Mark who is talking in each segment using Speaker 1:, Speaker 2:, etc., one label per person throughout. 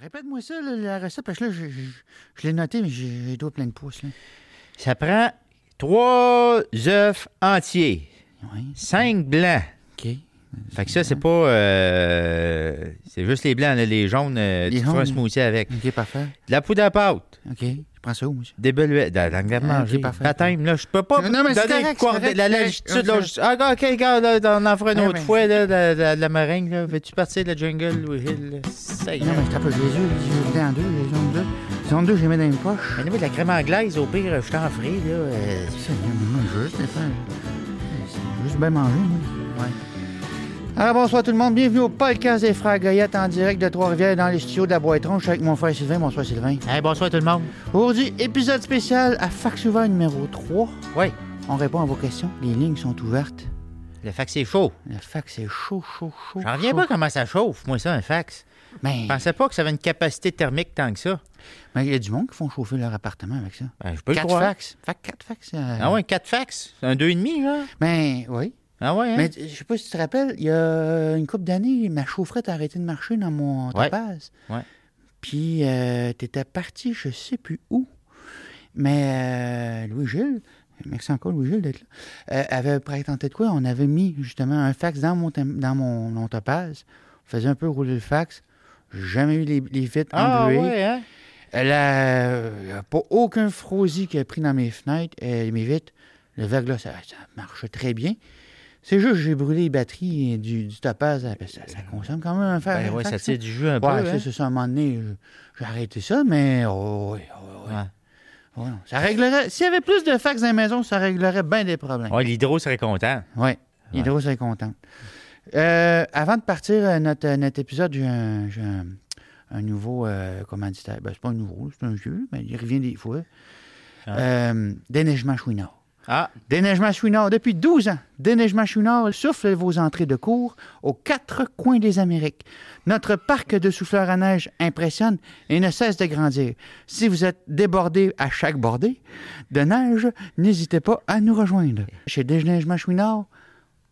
Speaker 1: Répète-moi ça, là, la recette, parce que là, je, je- je l'ai noté, mais j'ai les doigts pleins de pouces. Là.
Speaker 2: Ça prend trois œufs entiers,
Speaker 1: Oui,
Speaker 2: cinq blancs.
Speaker 1: OK.
Speaker 2: Fait que ça, c'est pas. euh, c'est juste les blancs, là, les jaunes, euh,
Speaker 1: Les
Speaker 2: tu feras un
Speaker 1: jaunes.
Speaker 2: smoothie avec.
Speaker 1: OK, parfait.
Speaker 2: De la poudre à pâte,
Speaker 1: OK. Je prends ça où, monsieur?
Speaker 2: des beluettes, de la langue de
Speaker 1: Ah,
Speaker 2: manger,
Speaker 1: ok, parfait.
Speaker 2: baptême, là, je peux pas
Speaker 1: Non, non, mais c'est
Speaker 2: donner
Speaker 1: correct,
Speaker 2: quoi-
Speaker 1: c'est correct, Ah,
Speaker 2: la
Speaker 1: c'est
Speaker 2: longitude,
Speaker 1: correct.
Speaker 2: là, je- Ah, gars, ok, regarde, là, on en fera une
Speaker 1: Ouais,
Speaker 2: autre
Speaker 1: mais-
Speaker 2: fois, là, de, de- de la meringue, là. Veux-tu partir de la jungle, Louis Hill? Ça y est.
Speaker 1: Non, mais je tape les yeux, les yeux coupés en deux, les ondes deux. Les ondes deux, je les mets dans une poche.
Speaker 2: Mais non, mais de la crème anglaise, au pire, je t'en ferai, là. euh,
Speaker 1: C'est moi, je veux juste les faire. C'est juste bien manger, moi.
Speaker 2: Ouais.
Speaker 1: Alors, bonsoir tout le monde. Bienvenue au podcast des Frères Goyette en direct de Trois-Rivières dans les studios de la Boîte Ronge. Je suis avec mon frère Sylvain. Bonsoir, Sylvain.
Speaker 2: Hey, bonsoir tout le monde.
Speaker 1: Aujourd'hui, épisode spécial à Fax ouvert numéro 3.
Speaker 2: Oui,
Speaker 1: On répond à vos questions. Les lignes sont ouvertes.
Speaker 2: le fax, c'est chaud.
Speaker 1: Le fax est chaud, chaud, chaud.
Speaker 2: J'en reviens
Speaker 1: chaud.
Speaker 2: pas comment ça chauffe, moi, ça, un fax.
Speaker 1: Mais
Speaker 2: Je pensais pas que ça avait une capacité thermique tant que ça.
Speaker 1: mais il y a du monde qui font chauffer leur appartement avec ça.
Speaker 2: Ben, je peux le
Speaker 1: quatre
Speaker 2: croire.
Speaker 1: fax. Fait que quatre fax. euh,
Speaker 2: Ah ouais, quatre fax. Un deux et demi, là.
Speaker 1: Mais oui.
Speaker 2: Ah ouais, hein?
Speaker 1: Mais tu- je sais pas si tu te rappelles, il y a une couple d'années, ma chaufferette a arrêté de marcher dans mon
Speaker 2: Ouais.
Speaker 1: Topaz.
Speaker 2: Ouais.
Speaker 1: Puis euh, t'étais parti, je sais plus où. Mais euh, Louis-Gilles, merci encore Louis-Gilles d'être là, euh, avait prétendu de quoi? On avait mis justement un fax dans mon, tem- dans mon, mon Topaz. On faisait un peu rouler le fax. J'ai jamais eu les, les vitres
Speaker 2: Ah
Speaker 1: engluées.
Speaker 2: ouais, hein?
Speaker 1: Elle a, elle a pas aucun frosi qui a pris dans mes fenêtres, euh, mes vitres. Le verglas, ça, ça marche très bien. C'est juste que j'ai brûlé les batteries du, du Topaz. Ça, ça consomme quand même un fer. hein,
Speaker 2: Ben ouais, ça tire du jus un peu.
Speaker 1: Ouais,
Speaker 2: hein?
Speaker 1: ça, c'est ça. À un moment donné, je- j'ai arrêté ça, mais oh, oui, oh, oui.
Speaker 2: Ouais.
Speaker 1: Oh, non. Ça réglerait. S'il y avait plus de fax dans les maisons, ça réglerait bien des problèmes.
Speaker 2: Ouais, l'hydro serait content.
Speaker 1: Oui, Hydro serait contente. Euh, avant de partir euh, notre, euh, notre épisode, j'ai un, j'ai un- un nouveau euh, commanditaire. Ben, c'est pas un nouveau, c'est un vieux, mais il revient des fois. Euh, déneigement Chouinard.
Speaker 2: Ah,
Speaker 1: Déneigement Chouinard, depuis 12 ans, Déneigement Chouinard souffle vos entrées de cours aux quatre coins des Amériques. Notre parc de souffleurs à neige impressionne et ne cesse de grandir. Si vous êtes débordé à chaque bordée de neige, n'hésitez pas à nous rejoindre. Chez Déneigement Chouinard,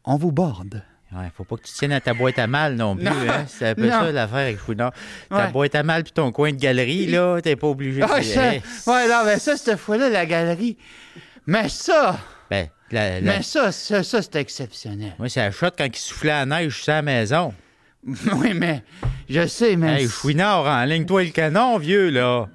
Speaker 1: on vous borde.
Speaker 2: ouais, faut pas que tu tiennes à ta boîte à mal non plus, hein? C'est un peu
Speaker 1: Non.
Speaker 2: ça l'affaire avec Chouinard. Ta
Speaker 1: Ouais.
Speaker 2: boîte à mal puis ton coin de galerie, là, t'es pas obligé
Speaker 1: Ah,
Speaker 2: de.
Speaker 1: ça,
Speaker 2: Eh,
Speaker 1: ouais, non, mais ça, cette fois-là, la galerie. Mais ça,
Speaker 2: Ben, la, la-
Speaker 1: mais ça, ça, ça c'est exceptionnel.
Speaker 2: moi, c'est la shot quand il soufflait à neige, je suis à la maison.
Speaker 1: oui, mais je sais, mais.
Speaker 2: Hey, Chouinard, enligne-toi hein. le canon, vieux, là.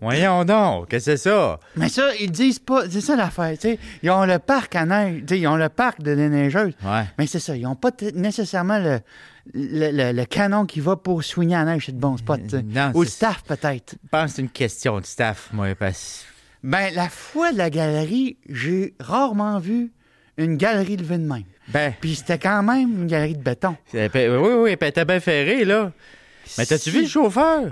Speaker 2: Voyons donc, qu'est-ce que c'est ça?
Speaker 1: Mais ça, ils disent pas. C'est ça l'affaire, tu sais. Ils ont le parc à neige, tu sais, ils ont le parc de déneigeuse.
Speaker 2: Ouais.
Speaker 1: Mais c'est ça, ils ont pas t- nécessairement le, le, le- le canon qui va pour soigner à neige chez de bons spots, tu sais.
Speaker 2: Non,
Speaker 1: Ou le
Speaker 2: c'est-
Speaker 1: staff, peut-être.
Speaker 2: Je pense que c'est une question de staff, moi, parce
Speaker 1: Ben, la fois de la galerie, j'ai rarement vu une galerie levée de même.
Speaker 2: Ben,
Speaker 1: Puis c'était quand même une galerie de béton.
Speaker 2: c'est- ben, oui, oui, ben, t'as bien ferré, là. Mais t'as-tu vu le chauffeur?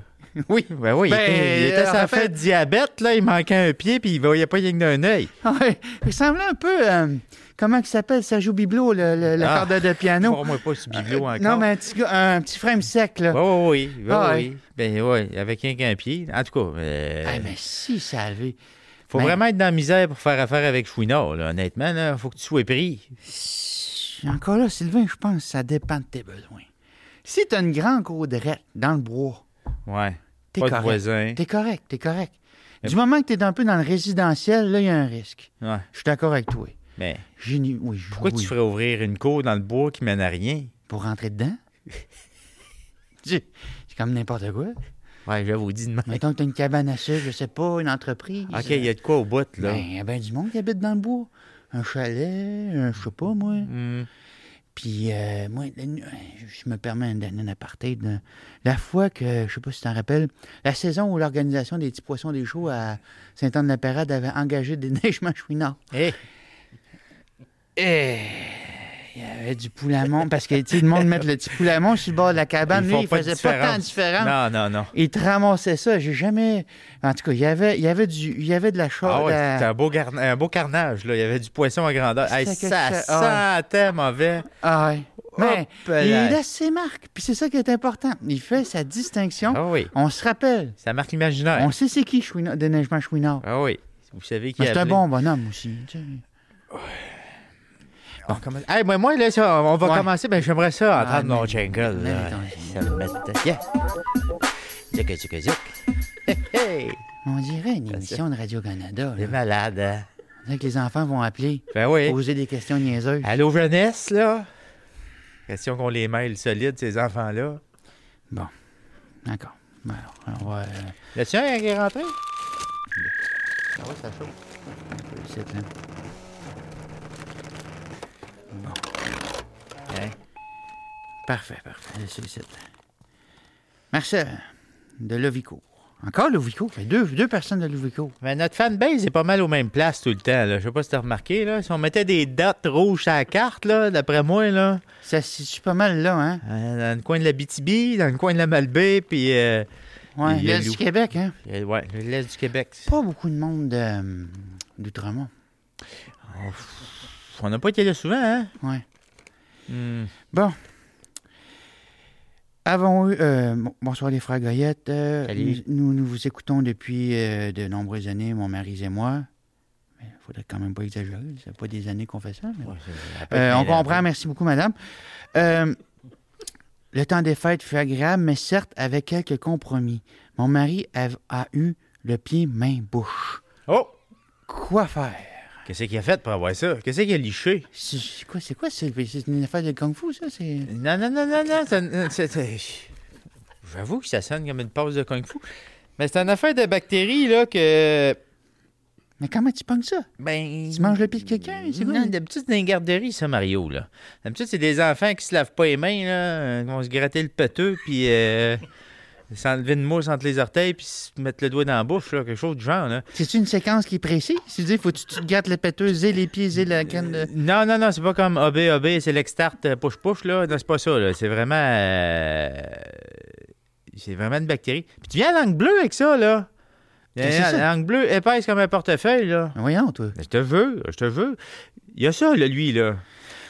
Speaker 1: Oui.
Speaker 2: Ben oui, il
Speaker 1: Ben,
Speaker 2: était, il était
Speaker 1: euh,
Speaker 2: sur la
Speaker 1: en fait-
Speaker 2: fête diabète, là, il manquait un pied, puis il voyait pas rien que d'un œil.
Speaker 1: Ouais, il semblait un peu. euh, comment il s'appelle Sergio Biblo, le, le, le
Speaker 2: Ah.
Speaker 1: cordeur de piano.
Speaker 2: Parle-moi pas ce bibelot encore.
Speaker 1: Euh, Non, mais un petit, gars- un petit frame sec, là.
Speaker 2: Oui, oui, oui, oui,
Speaker 1: Ah,
Speaker 2: oui. Ben oui, avec rien qu'un pied. En tout cas, euh,
Speaker 1: Ah, mais si, ça avait.
Speaker 2: faut
Speaker 1: mais-
Speaker 2: vraiment être dans la misère pour faire affaire avec Chouinard, là, honnêtement. Là, faut que tu sois pris.
Speaker 1: Encore là, Sylvain, je pense que ça dépend de tes besoins. Si t'as une grande cour de raie dans le bois,
Speaker 2: Ouais.
Speaker 1: t'es
Speaker 2: pas de
Speaker 1: correct.
Speaker 2: voisin.
Speaker 1: T'es correct, t'es correct. Du moment que t'es un peu dans le résidentiel, là, il y a un risque.
Speaker 2: Ouais.
Speaker 1: Je suis d'accord avec toi.
Speaker 2: Mais
Speaker 1: J'ai ni- Oui, je-
Speaker 2: pourquoi
Speaker 1: Ah, oui.
Speaker 2: tu ferais ouvrir une cour dans le bois qui mène à rien?
Speaker 1: Pour rentrer dedans? C'est c'est comme n'importe quoi.
Speaker 2: Ouais, je vous dis demain.
Speaker 1: Mettons que t'as une cabane à sucre, je sais pas, une entreprise.
Speaker 2: OK, il y a de quoi au bout, là?
Speaker 1: Ben, il y a bien du monde qui habite dans le bois. Un chalet, un, je sais pas, moi.
Speaker 2: Hmm.
Speaker 1: Puis, euh, moi, la nu- je me permets de donner un aparté. de- La fois que, je sais pas si tu t'en rappelles, la saison où l'organisation des petits poissons des shows à Saint-Anne-de-la-Parade avait engagé des neigements chouinards.
Speaker 2: Eh,
Speaker 1: Et Eh, il y avait du poulamon, parce que, tu sais, le monde met le petit poulamon sur le bord de la cabane.
Speaker 2: Ils
Speaker 1: Lui,
Speaker 2: font
Speaker 1: il
Speaker 2: pas de
Speaker 1: faisait pas tant de
Speaker 2: différence.
Speaker 1: différence.
Speaker 2: non, non, non.
Speaker 1: Il te ramassait ça. J'ai jamais. En tout cas, il y avait, il y avait, du, il y avait de la chose.
Speaker 2: Ah ouais, c'était un beau, gar- un beau carnage, là. Il y avait du poisson à grandeur. Hey,
Speaker 1: C'était
Speaker 2: ça
Speaker 1: quelque chose-
Speaker 2: sentait mauvais.
Speaker 1: Ah ouais. Mais
Speaker 2: Hop là.
Speaker 1: il laisse ses marques. Puis c'est ça qui est important. Il fait sa distinction.
Speaker 2: Ah oui,
Speaker 1: On se rappelle.
Speaker 2: ça marque l'imaginaire.
Speaker 1: On sait c'est qui Chouinard, Déneigement Chouinard.
Speaker 2: Ah oui, vous savez qui
Speaker 1: Mais
Speaker 2: a
Speaker 1: C'est un
Speaker 2: appelé.
Speaker 1: bon bonhomme aussi. tu sais.
Speaker 2: On commence- Hey, moi, moi, là, ça, on va
Speaker 1: Ouais.
Speaker 2: commencer. Ben, j'aimerais ça
Speaker 1: Ah,
Speaker 2: entendre
Speaker 1: mais-
Speaker 2: mon jingle.
Speaker 1: mais
Speaker 2: là.
Speaker 1: attends.
Speaker 2: Ça me met- Yeah.
Speaker 3: Zik, zik, zik.
Speaker 1: On dirait une émission de Radio-Canada.
Speaker 2: Eh
Speaker 3: T'es
Speaker 1: là.
Speaker 3: malade, hein?
Speaker 1: On dirait que les enfants vont appeler,
Speaker 2: Ben oui.
Speaker 1: poser des questions niaiseuses.
Speaker 2: Allô, jeunesse, là? Question qu'on les mêle solides, ces enfants-là.
Speaker 1: D'accord. Ben, Alors, on va... euh,
Speaker 2: Le tien qui est rentré?
Speaker 3: Ah ouais, ça chauffe.
Speaker 1: ici, là.
Speaker 3: Hein?
Speaker 1: Eh. Parfait, parfait. Je suis ici. Marcel, de Lovicourt. Encore Lovicourt? Fait Deux, deux personnes de Lovicourt.
Speaker 2: Ben, notre fanbase est pas mal aux mêmes places tout le temps. Là. Je sais pas si t'as remarqué. Là. Si on mettait des dates rouges à la carte, là, d'après moi, là,
Speaker 1: Ça se situe pas mal là, hein?
Speaker 2: euh, dans le coin de la BTB, dans le coin de la Malbaie, puis euh,
Speaker 1: Ouais,
Speaker 2: Il y a
Speaker 1: l'Est du
Speaker 2: Lou-
Speaker 1: Québec, hein?
Speaker 2: euh, ouais, l'Est du Québec.
Speaker 1: Pas beaucoup de monde de- d'Outremont.
Speaker 2: On n'a pas été là souvent, hein?
Speaker 1: Ouais.
Speaker 2: Hmm.
Speaker 1: Bon. Avons eu. euh, bon- bonsoir, les frères Goyette. Euh,
Speaker 3: Salut.
Speaker 1: Nous, nous, nous vous écoutons depuis euh, de nombreuses années, mon mari et moi. Mais faudrait quand même pas exagérer. C'est pas des années qu'on fait ça. mais-
Speaker 3: Ouais, c'est-
Speaker 1: Euh, on
Speaker 3: Elle peut-
Speaker 1: comprend, merci beaucoup, madame. Euh, le temps des fêtes fut agréable, mais certes avec quelques compromis. Mon mari a, a eu le pied main-bouche.
Speaker 2: Oh!
Speaker 1: Quoi faire?
Speaker 2: Qu'est-ce qu'il a fait pour avoir ça? Qu'est-ce qu'il a liché?
Speaker 1: C'est c'est quoi, c'est quoi? C'est c'est une affaire de kung-fu, ça? C'est...
Speaker 2: Non, non, non, non, non. ça- euh, c'est- c'est- J'avoue que ça sonne comme une pause de kung-fu. Mais c'est une affaire de bactéries, là, que.
Speaker 1: Mais comment tu pognes ça?
Speaker 2: Ben.
Speaker 1: Tu manges le pied de quelqu'un? C'est quoi?
Speaker 2: Non, d'habitude, c'est dans les garderies, ça, Mario, là. D'habitude, c'est des enfants qui se lavent pas les mains, là, euh, qui vont se gratter le pâteux, puis euh, s'enlever une mousse entre les orteils, puis se mettre le doigt dans la bouche, là, quelque chose du genre, là.
Speaker 1: C'est-tu une séquence qui est précise? Tu dis, faut que tu te grattes la pâteuse et les pieds et la canne de...
Speaker 2: Non, non, non, c'est pas comme OB, OB, c'est l'extart push-push, là. Non, c'est pas ça, là. C'est vraiment... euh, C'est vraiment une bactérie. Puis tu viens à langue bleue avec ça, là.
Speaker 1: Mais Ben, c'est ça.
Speaker 2: La langue bleue épaisse comme un portefeuille, là.
Speaker 1: Mais Voyons, toi.
Speaker 2: Je te veux, je te veux. Il y a ça, là, lui, là.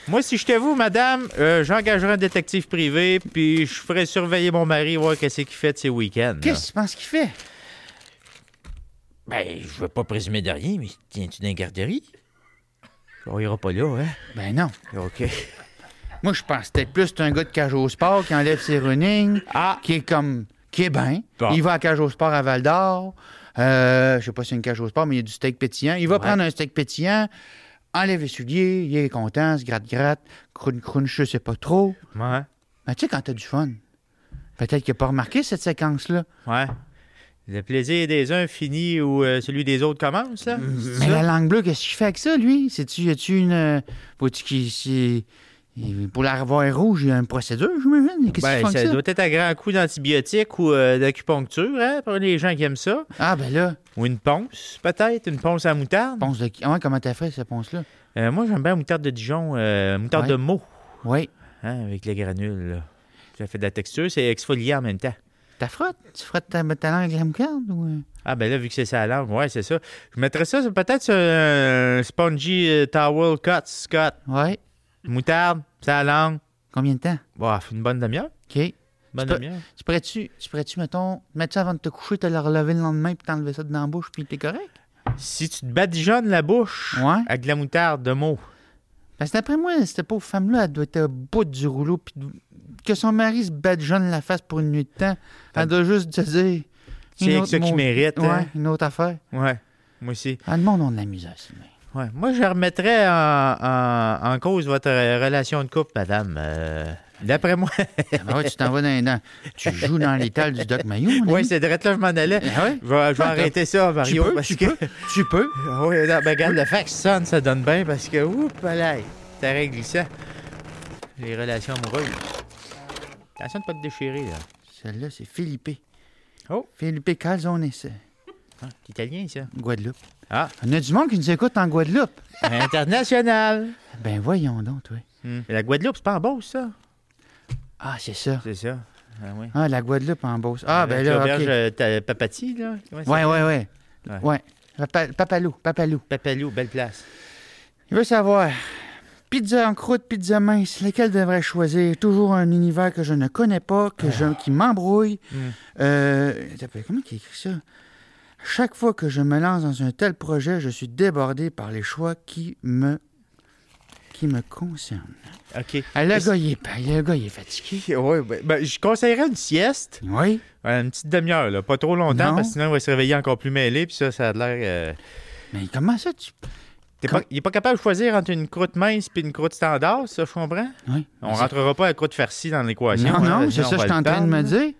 Speaker 2: Moi, si j'étais vous, madame, euh, j'engagerais un détective privé, puis je ferais surveiller mon mari, voir qu'est-ce qu'il fait de ses week-ends. là.
Speaker 1: Qu'est-ce que tu penses qu'il fait?
Speaker 3: Ben, je veux pas présumer de rien, mais tiens-tu dans les garderies? On ira pas là, hein?
Speaker 1: Ben non.
Speaker 3: OK.
Speaker 1: Moi, je pense que c'était plus un gars de cage au sport qui enlève ses runnings,
Speaker 2: Ah!
Speaker 1: qui est comme. qui est bien.
Speaker 2: Bon.
Speaker 1: Il va à cage au sport à Val d'Or. Euh, je sais pas si c'est une cage au sport, mais il y a du steak pétillant. Il va prendre un steak pétillant, enlève les souliers, il est content, se gratte-gratte, crunch-crunch, je sais pas trop.
Speaker 2: Ouais,
Speaker 1: Mais tu sais, quand t'as du fun, peut-être qu'il a pas remarqué cette séquence-là.
Speaker 2: ouais. Le plaisir des uns finit où euh, celui des autres commence, là? C'est
Speaker 1: Mm-hmm. Mais
Speaker 2: ça?
Speaker 1: la langue bleue, qu'est-ce qu'il fait avec ça, lui? C'est-tu, y a-tu une. euh, Faut-tu qu'il. s'y- il- Pour la revoir rouge, il y a une procédure, j'imagine. Qu'est-ce qu'il
Speaker 2: Ben,
Speaker 1: fait avec
Speaker 2: ça
Speaker 1: ça?
Speaker 2: doit être à grand coup d'antibiotiques ou euh, d'acupuncture, hein, pour les gens qui aiment ça.
Speaker 1: Ah, ben là,
Speaker 2: Ou une ponce, peut-être, une ponce à moutarde.
Speaker 1: ponce de. ah Ouais, comment t'as fait, cette ponce-là?
Speaker 2: Euh, moi, j'aime bien la moutarde de Dijon, euh, moutarde
Speaker 1: Ouais.
Speaker 2: de Meaux.
Speaker 1: Oui.
Speaker 2: Hein, avec les granules, là. Ça fait de la texture, c'est exfolié en même temps.
Speaker 1: Ta frotte? Tu frottes ta, ta langue avec la moutarde ou... euh?
Speaker 2: Ah, ben là, vu que c'est ça la langue, ouais, c'est ça. Je mettrais ça sur- peut-être sur un spongy euh, towel cut, Scott.
Speaker 1: Ouais.
Speaker 2: Moutarde, ça la langue.
Speaker 1: Combien de temps?
Speaker 2: Bah, une bonne demi-heure.
Speaker 1: OK.
Speaker 2: Bonne
Speaker 1: C'est pas-
Speaker 2: demi-heure.
Speaker 1: Tu pourrais-tu, tu pourrais-tu, mettons, mettre ça avant de te coucher, te le relever le lendemain, puis t'enlever ça de dans la bouche, puis t'es correct?
Speaker 2: Si tu te badigeonnes la bouche
Speaker 1: Ouais.
Speaker 2: avec de la moutarde de mots.
Speaker 1: Parce que d'après moi, cette pauvre femme-là, elle doit être au bout du rouleau, puis que son mari se batte jeune la face pour une nuit de temps, elle doit juste te dire... une
Speaker 2: C'est
Speaker 1: autre
Speaker 2: ça qui
Speaker 1: maud-
Speaker 2: mérite.
Speaker 1: Ouais,
Speaker 2: hein.
Speaker 1: une autre affaire.
Speaker 2: Ouais. Moi aussi.
Speaker 1: Ah, le monde, on a de la misère, Sylvain.
Speaker 2: Ouais. Moi, je remettrais en, en- en cause votre euh, relation de couple, madame. Euh, D'après moi.
Speaker 1: Ah ouais, tu t'en vas dans, dans- Tu joues dans l'étal du Doc Mayou, mon
Speaker 2: ouais,
Speaker 1: ami.
Speaker 2: c'est direct là, je m'en allais.
Speaker 1: Ah ouais?
Speaker 2: Je vais, je vais
Speaker 1: Ah,
Speaker 2: arrêter ça, Mario,
Speaker 1: peux,
Speaker 2: parce
Speaker 1: tu
Speaker 2: que.
Speaker 1: Tu peux.
Speaker 2: Ah oui, non, ben regarde, le fax sonne, ça donne bien parce que, oups, allez, ça règle ça. Les relations amoureuses. Attention de pas te déchirer, là.
Speaker 1: Celle-là, c'est Philippe.
Speaker 2: Oh.
Speaker 1: Philippe Calzone, c'est
Speaker 2: Hein, c'est italien, ça.
Speaker 1: Guadeloupe.
Speaker 2: Ah.
Speaker 1: On a du monde qui nous écoute en Guadeloupe.
Speaker 2: International.
Speaker 1: Ben voyons donc, toi.
Speaker 2: Hmm. Mais La Guadeloupe, c'est pas en Beauce, ça.
Speaker 1: Ah, c'est ça.
Speaker 2: C'est ça. Ah oui.
Speaker 1: Ah, la Guadeloupe en Beauce. Ah, ben
Speaker 2: Avec
Speaker 1: là,
Speaker 2: l'auberge,
Speaker 1: OK.
Speaker 2: euh, t'as Papati, là. Comment ça
Speaker 1: Ouais,
Speaker 2: s'appelle?
Speaker 1: ouais, ouais.
Speaker 2: Ouais.
Speaker 1: Ouais. Papa- Papalou, papalou.
Speaker 2: Papalou, belle place.
Speaker 1: Il veut savoir, pizza en croûte, pizza mince, lesquelles devrais-je choisir? Toujours un univers que je ne connais pas, que je, qui m'embrouille.
Speaker 2: Mm.
Speaker 1: Euh, attends, comment il écrit ça? Chaque fois que je me lance dans un tel projet, je suis débordé par les choix qui me qui me concerne.
Speaker 2: OK.
Speaker 1: Ah, Le gars, il est pa- le gars, il est fatigué.
Speaker 2: Oui, ben, ben, je conseillerais une sieste,
Speaker 1: Oui.
Speaker 2: euh, une petite demi-heure, là, pas trop longtemps,
Speaker 1: Non.
Speaker 2: parce que sinon il va se réveiller encore plus mêlé, puis ça, ça a l'air. euh,
Speaker 1: Mais comment ça, tu.
Speaker 2: t'es
Speaker 1: Com-
Speaker 2: pas- il est pas capable de choisir entre une croûte mince puis une croûte standard, ça, je comprends?
Speaker 1: Oui.
Speaker 2: On rentrera pas à la croûte farcie dans l'équation.
Speaker 1: Non,
Speaker 2: hein,
Speaker 1: non, c'est
Speaker 2: sinon,
Speaker 1: ça
Speaker 2: on
Speaker 1: que je suis
Speaker 2: va
Speaker 1: en
Speaker 2: le
Speaker 1: train de me
Speaker 2: perdre, là.
Speaker 1: dire.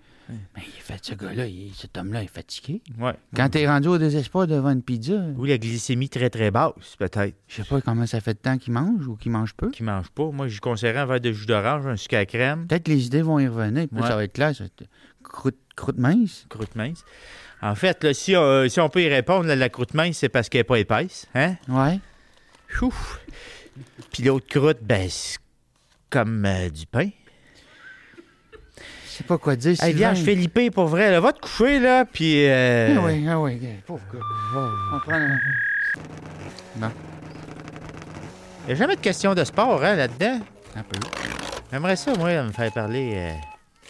Speaker 1: Mais il est fait, ce gars-là, il- cet homme-là est fatigué.
Speaker 2: Ouais.
Speaker 1: Quand t'es rendu au désespoir devant une pizza,
Speaker 2: Ou la glycémie très très basse, peut-être.
Speaker 1: je sais pas comment ça fait de temps qu'il mange ou qu'il mange peu.
Speaker 2: Qui mange pas. Moi, je conseillerais un verre de jus d'orange, un sucre à crème,
Speaker 1: Peut-être les idées vont y revenir, puis là,
Speaker 2: Ouais.
Speaker 1: ça va être clair. ça va être Croûte, croûte mince.
Speaker 2: croûte mince. En fait, là, si, on, euh, si on peut y répondre, là, la croûte mince, c'est parce qu'elle n'est pas épaisse. Hein?
Speaker 1: Ouais.
Speaker 2: Chouf. Puis l'autre croûte, ben, c'est comme euh, du pain.
Speaker 1: Je sais pas quoi dire.
Speaker 2: Hey,
Speaker 1: Sylvain.
Speaker 2: Vierge Philippe, pour vrai, là, va te coucher, là, puis... euh,
Speaker 1: Ah oui, ah oui, gars, pauvre gars. On prend un-
Speaker 2: y a jamais de question de sport, hein, là-dedans.
Speaker 1: un peu.
Speaker 2: J'aimerais ça, moi, me faire parler... euh,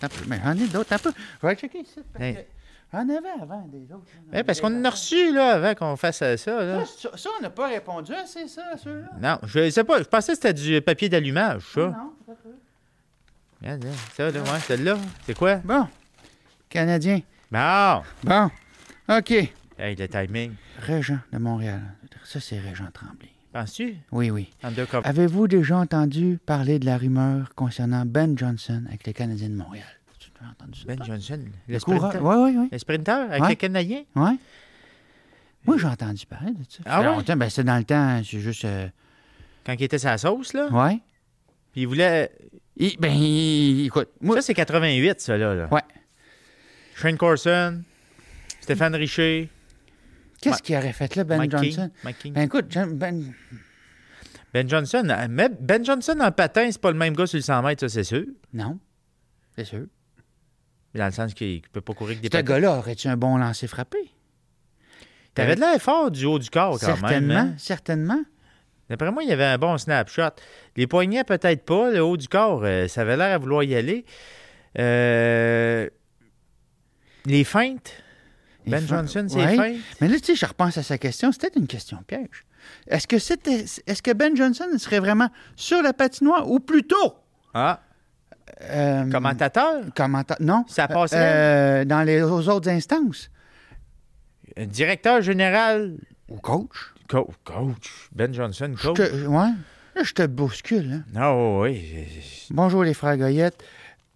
Speaker 1: Un peu. Mais j'en ai d'autres, un peu. Je vais checker ici. parce
Speaker 2: Hey.
Speaker 1: que J'en avais avant des autres. j'en
Speaker 2: ouais, Eh, parce
Speaker 1: avais
Speaker 2: qu'on en a reçu, là, avant qu'on fasse euh, ça, là.
Speaker 1: avant. Ça, ça, on n'a pas répondu à c'est ça, ceux-là. Ah
Speaker 2: Non, je sais pas, je pensais que c'était du papier d'allumage, ça.
Speaker 1: Non, c'est pas peu.
Speaker 2: Regarde, là, ça, là, ouais, celle-là, c'est quoi?
Speaker 1: Bon. Canadien.
Speaker 2: Non!
Speaker 1: Bon. OK.
Speaker 2: Hey, le timing.
Speaker 1: Régent de Montréal. Ça, c'est Régent Tremblay.
Speaker 2: Penses-tu?
Speaker 1: Oui, oui.
Speaker 2: Undercover.
Speaker 1: Avez-vous déjà entendu parler de la rumeur concernant Ben Johnson avec les Canadiens de Montréal? Tu as entendu ça?
Speaker 2: Ben Johnson, le Euh,
Speaker 1: Le coureur.
Speaker 2: sprinter.
Speaker 1: Oui, oui, oui.
Speaker 2: Le sprinter avec
Speaker 1: Ouais.
Speaker 2: le Canadien.
Speaker 1: Ouais. Moi, j'ai entendu parler de ça.
Speaker 2: euh, Ah
Speaker 1: Ça fait
Speaker 2: ouais?
Speaker 1: longtemps. Ben, c'est dans le temps, c'est juste. euh,
Speaker 2: Quand il était sa sauce, là.
Speaker 1: Ouais.
Speaker 2: Puis il voulait.
Speaker 1: Il- ben, il- écoute, moi.
Speaker 2: Ça, c'est 88, ça, là. là.
Speaker 1: Ouais.
Speaker 2: Shane Corson, Stéphane Richer,
Speaker 1: Qu'est-ce qu'il aurait fait là, Ben
Speaker 2: Mike
Speaker 1: Johnson?
Speaker 2: King. Mike King.
Speaker 1: Ben, écoute, j'aime Ben.
Speaker 2: Ben Johnson. euh, mais Ben Johnson en patin, c'est pas le même gars sur le 100 mètres, ça, c'est sûr.
Speaker 1: Non. C'est sûr.
Speaker 2: Dans le sens qu'il peut pas courir avec des
Speaker 1: Ce
Speaker 2: patins.
Speaker 1: gars-là aurait-tu un bon lancer frappé?
Speaker 2: T'avais de l'air fort du haut du corps, quand même.
Speaker 1: certainement,
Speaker 2: hein.
Speaker 1: certainement.
Speaker 2: D'après moi, il y avait un bon snapshot. Les poignets, peut-être pas. Le haut du corps, euh, ça avait l'air à vouloir y aller. Euh, Les feintes. Ben
Speaker 1: Il fait-
Speaker 2: Johnson, c'est
Speaker 1: Ouais.
Speaker 2: feinte.
Speaker 1: Mais là, tu sais, je repense à sa question. C'était une question piège. Est-ce que, c'était, est-ce que Ben Johnson serait vraiment sur la patinoire ou plutôt.
Speaker 2: Ah,
Speaker 1: euh,
Speaker 2: commentateur?
Speaker 1: commenta- Non.
Speaker 2: Ça passerait?
Speaker 1: Euh, dans les aux autres instances.
Speaker 2: Directeur général.
Speaker 1: Ou coach.
Speaker 2: Co- coach. Ben Johnson,
Speaker 1: Je
Speaker 2: coach.
Speaker 1: te- ouais. Là, je te bouscule. hein.
Speaker 2: Non, oui.
Speaker 1: Bonjour, les frères Goyette.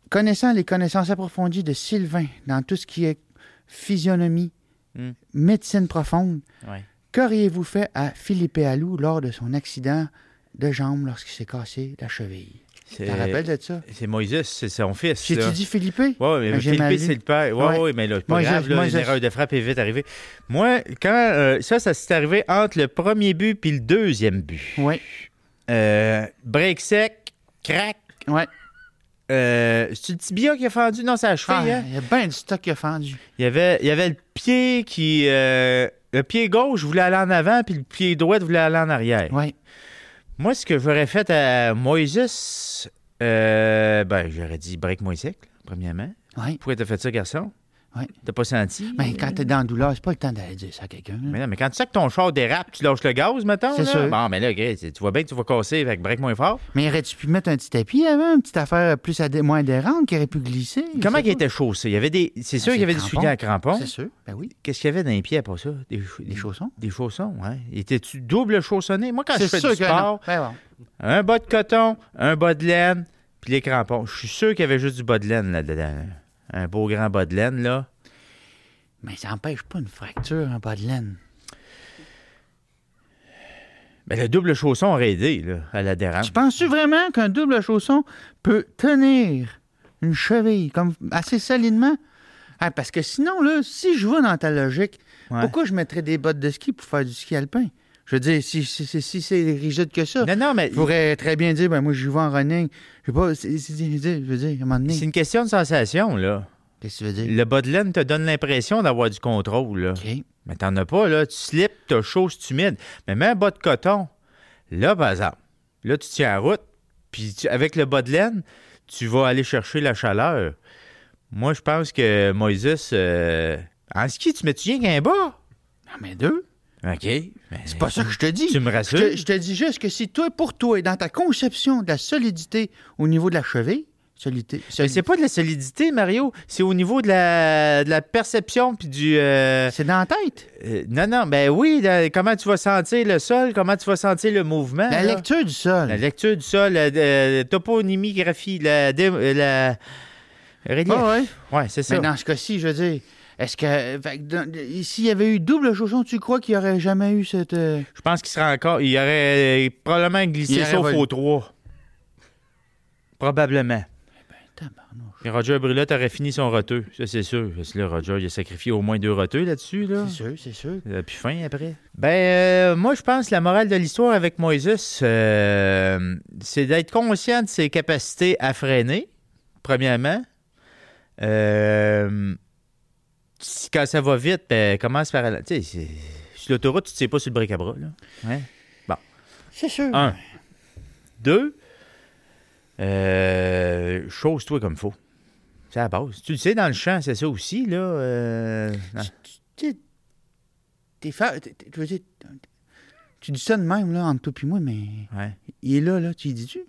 Speaker 1: Connaissant les connaissances approfondies de Sylvain dans tout ce qui est physionomie,
Speaker 2: Hmm.
Speaker 1: médecine profonde,
Speaker 2: Ouais.
Speaker 1: qu'auriez-vous fait à Philippe Allou lors de son accident de jambe lorsqu'il s'est cassé la cheville? Tu te rappelles
Speaker 2: C'est
Speaker 1: de ça?
Speaker 2: c'est Moïse, Euh, c'est son fils.
Speaker 1: J'ai-tu
Speaker 2: là.
Speaker 1: dit Philippe?
Speaker 2: Ouais, mais
Speaker 1: Ben, j'ai mal
Speaker 2: Philippe,
Speaker 1: lu.
Speaker 2: c'est le père. Ouais,
Speaker 1: Ouais.
Speaker 2: ouais, mais là, c'est pas
Speaker 1: Moïse,
Speaker 2: grave, là,
Speaker 1: Moïse.
Speaker 2: une erreur de frappe est vite arrivée. Moi, quand euh, ça, ça s'est arrivé entre le premier but puis le deuxième but.
Speaker 1: Oui,
Speaker 2: Euh, break sec, crack.
Speaker 1: oui.
Speaker 2: Euh, c'est le tibia qui a fendu? Non, c'est la
Speaker 1: Ah,
Speaker 2: cheville, hein?
Speaker 1: il y a bien du stock qui a fendu.
Speaker 2: Il y avait, il y avait le pied qui. euh, le pied gauche voulait aller en avant, puis le pied droit voulait aller en arrière.
Speaker 1: Oui.
Speaker 2: Moi, ce que j'aurais fait à Moïse, euh, ben, j'aurais dit break Moïse, là, premièrement.
Speaker 1: Oui.
Speaker 2: Pourquoi t'as fait ça, garçon?
Speaker 1: Ouais.
Speaker 2: T'as pas senti?
Speaker 1: Mais quand t'es dans la douleur, c'est pas le temps d'aller dire ça à quelqu'un. là.
Speaker 2: Mais non, mais quand tu sais que ton char dérape, tu lâches le gaz, mettons.
Speaker 1: C'est
Speaker 2: là.
Speaker 1: sûr.
Speaker 2: Bon, mais là, ok, tu tu vois bien que tu vas casser, avec break moins fort.
Speaker 1: Mais aurais-tu pu mettre un petit tapis avant, une petite affaire plus adhé- moins adhérente qui aurait pu glisser? Je
Speaker 2: Comment
Speaker 1: sais
Speaker 2: il
Speaker 1: pas.
Speaker 2: était chaussé? Il y avait des. C'est
Speaker 1: Ah,
Speaker 2: sûr qu'il y avait
Speaker 1: c'est
Speaker 2: des
Speaker 1: crampons.
Speaker 2: souliers à crampons.
Speaker 1: C'est sûr, ben oui.
Speaker 2: Qu'est-ce qu'il y avait dans les pieds après ça? Des, chau-
Speaker 1: Les chaussons.
Speaker 2: Des chaussons, ouais. Étais-tu double chaussonné? Moi, quand je fais du
Speaker 1: non.
Speaker 2: sport,
Speaker 1: Ben bon.
Speaker 2: un bas de coton, un bas de laine, puis les crampons. Je suis sûr qu'il y avait juste du bas de laine là-dedans. là. Un beau grand bas de laine, là.
Speaker 1: Mais ça empêche pas une fracture, un bas de laine.
Speaker 2: Mais le double chausson aurait aidé, là, à la dérampe.
Speaker 1: Tu penses-tu vraiment qu'un double chausson peut tenir une cheville comme assez solidement? Ah, parce que sinon, là, si je vais dans ta logique,
Speaker 2: Ouais.
Speaker 1: pourquoi je mettrais des bottes de ski pour faire du ski alpin? Je veux dire, si, si, si- si c'est rigide que ça,
Speaker 2: Non, non, mais
Speaker 1: je pourrais très bien dire, ben moi, j'y vais en running. Je sais pas, c'est- c'est- c'est- je veux dire, à un moment
Speaker 2: c'est
Speaker 1: donné,
Speaker 2: une question de sensation, là.
Speaker 1: qu'est-ce que tu veux dire?
Speaker 2: Le bas de laine te donne l'impression d'avoir du contrôle, là.
Speaker 1: OK.
Speaker 2: Mais t'en as pas, là. Tu slips, t'as chaud, c'est humide. Mais mets un bas de coton. Là, par exemple, là, tu tiens la route, puis tu- avec le bas de laine, tu vas aller chercher la chaleur. Moi, je pense que Moïse, euh, en ski, tu mets-tu rien qu'un bas?
Speaker 1: Non, mais deux.
Speaker 3: OK. ben,
Speaker 1: C'est pas ça que je te dis.
Speaker 2: Tu me
Speaker 1: Je
Speaker 2: rassures?
Speaker 1: te, je te dis juste que si toi, pour toi, dans ta conception de la solidité au niveau de la cheville, solidité,
Speaker 2: Mais c'est
Speaker 1: solidité,
Speaker 2: pas de la solidité, Mario. C'est au niveau de la, de la perception puis du. euh,
Speaker 1: c'est dans la tête.
Speaker 2: euh, non, non, ben oui, la- comment tu vas sentir le sol, comment tu vas sentir le mouvement.
Speaker 1: La
Speaker 2: là.
Speaker 1: lecture du sol.
Speaker 2: La lecture du sol, la, la toponymographie, la. dé- euh, la relief.
Speaker 1: Ah ouais.
Speaker 2: Ouais, c'est ça.
Speaker 1: Mais dans ce cas-ci, je veux dire, est-ce que. fait que dans- S'il y avait eu double chausson, tu crois qu'il n'y aurait jamais eu cette. euh,
Speaker 2: Je pense qu'il serait encore. Il aurait euh, probablement glissé
Speaker 1: Il aurait
Speaker 2: sauf
Speaker 1: volé.
Speaker 2: au 3. Probablement.
Speaker 1: Eh ben, tabarnouche,
Speaker 2: Puis Roger Brulotte aurait fini son roteux, ça c'est sûr. Parce que là, Roger, il a sacrifié au moins deux roteux là-dessus, là.
Speaker 1: C'est sûr, c'est sûr.
Speaker 2: Il a plus Euh, fin après. Ben, euh, moi, je pense que la morale de l'histoire avec Moïse, euh, c'est d'être conscient de ses capacités à freiner, premièrement. Euh, si- quand ça va vite, ben, commence par. Tu sais, c'est- sur l'autoroute, tu ne sais pas sur le bric-à-bras, là. Hein?
Speaker 1: C'est sûr.
Speaker 2: Un. Deux. Euh, Chose-toi comme faut. C'est la base. Tu le sais, dans le champ, c'est ça aussi, là. euh, dans-
Speaker 1: Tu sais, t'es fa- t'es- t'es- je veux dire, t'es- Tu dis ça de même, là, entre toi et moi, mais
Speaker 2: ouais.
Speaker 1: il est là, là, tu y dis-tu?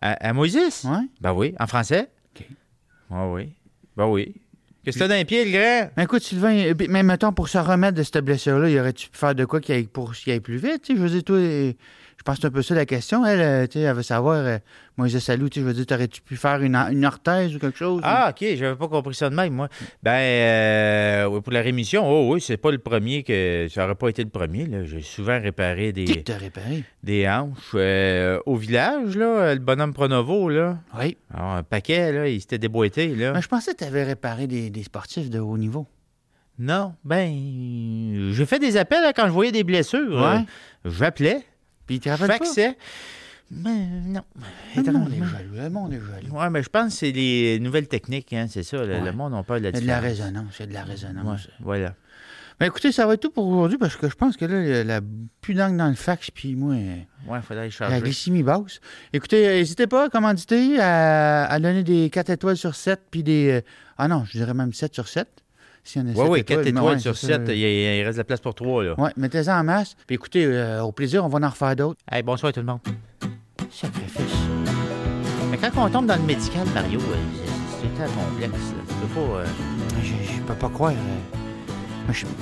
Speaker 2: À, à Moïse?
Speaker 1: Ouais.
Speaker 2: Ben oui, en français.
Speaker 1: OK.
Speaker 2: Ouais, oui. Ben oui. Qu'est-ce que t'as dans les pieds, le grand?
Speaker 1: Mais écoute, Sylvain, euh, puis- mais mettons, pour se remettre de cette blessure-là, il aurait-tu pu faire de quoi qu'il aille, pour, qu'il aille plus vite? tu sais? Je veux dire, toi, euh, je pense que c'est un peu ça la question. Elle, euh, tu sais, elle veut savoir, euh, Moïse Salou, tu sais, je veux dire, t'aurais-tu pu faire une, en- une orthèse ou quelque chose?
Speaker 2: Ah, OK, j'avais pas compris ça de même, moi. Ben, euh, oui, pour la rémission, oh oui, c'est pas le premier que... Ça aurait pas été le premier, là. J'ai souvent réparé
Speaker 1: Qui que
Speaker 2: des,
Speaker 1: t'as réparé?
Speaker 2: des hanches euh, au village, là. Le bonhomme Pronovo, là.
Speaker 1: Oui.
Speaker 2: Alors, un paquet, là, il s'était déboîté, là.
Speaker 1: Mais je pensais que t'avais réparé des, des sportifs de haut niveau.
Speaker 2: Non, ben... J'ai fait des appels, là, quand je voyais des blessures.
Speaker 1: Ouais.
Speaker 2: Euh, J'appelais,
Speaker 1: Puis tu te
Speaker 2: je
Speaker 1: rappelles pas? Ah,
Speaker 2: faxais. Mais non.
Speaker 1: Le monde est
Speaker 2: Étrangement.
Speaker 1: jaloux, le monde est jaloux.
Speaker 2: Oui, mais je pense que c'est les nouvelles techniques, hein, c'est ça. Le,
Speaker 1: Ouais.
Speaker 2: le monde a peur de la
Speaker 1: Il y a de la
Speaker 2: différence.
Speaker 1: résonance, il y a de la résonance.
Speaker 2: Ouais, voilà.
Speaker 1: Ben écoutez, ça va être tout pour aujourd'hui parce que je pense que là, la pudangue dans le fax, puis moi, euh,
Speaker 2: Ouais, il faudrait y charger.
Speaker 1: la glycémie basse. Écoutez, euh, n'hésitez pas à commanditer, à, à donner des 4 étoiles sur 7, puis des. euh, ah non, je dirais même 7 sur 7. S'il y en a
Speaker 2: Oui,
Speaker 1: sept
Speaker 2: oui, 4
Speaker 1: mais
Speaker 2: étoiles
Speaker 1: ouais,
Speaker 2: sur
Speaker 1: c'est ça. euh,
Speaker 2: 7, il, il reste de la place pour 3, là.
Speaker 1: Ouais, mettez-en en masse. Puis écoutez, euh, au plaisir, on va en refaire d'autres.
Speaker 2: Hey, bonsoir tout le monde.
Speaker 1: Sacrifice.
Speaker 2: Mais quand on tombe dans le médical, Mario, euh, c'est c'est tout le temps complexe. là. Tu peux pas... euh,
Speaker 1: Je, je peux pas croire. euh, mais je- ouais.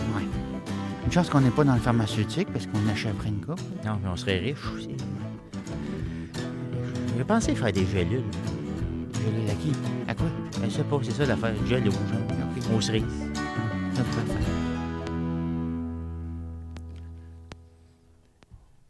Speaker 1: Une chance qu'on n'est pas dans le pharmaceutique parce qu'on achète après une coupe.
Speaker 2: Non, mais on serait riche aussi. J'ai pensé faire des gélules.
Speaker 1: Je l'ai acquis. À quoi?
Speaker 2: Je sais pas, c'est ça l'affaire. Gel rouge. hein. Aux cerises.
Speaker 1: Ça peut faire.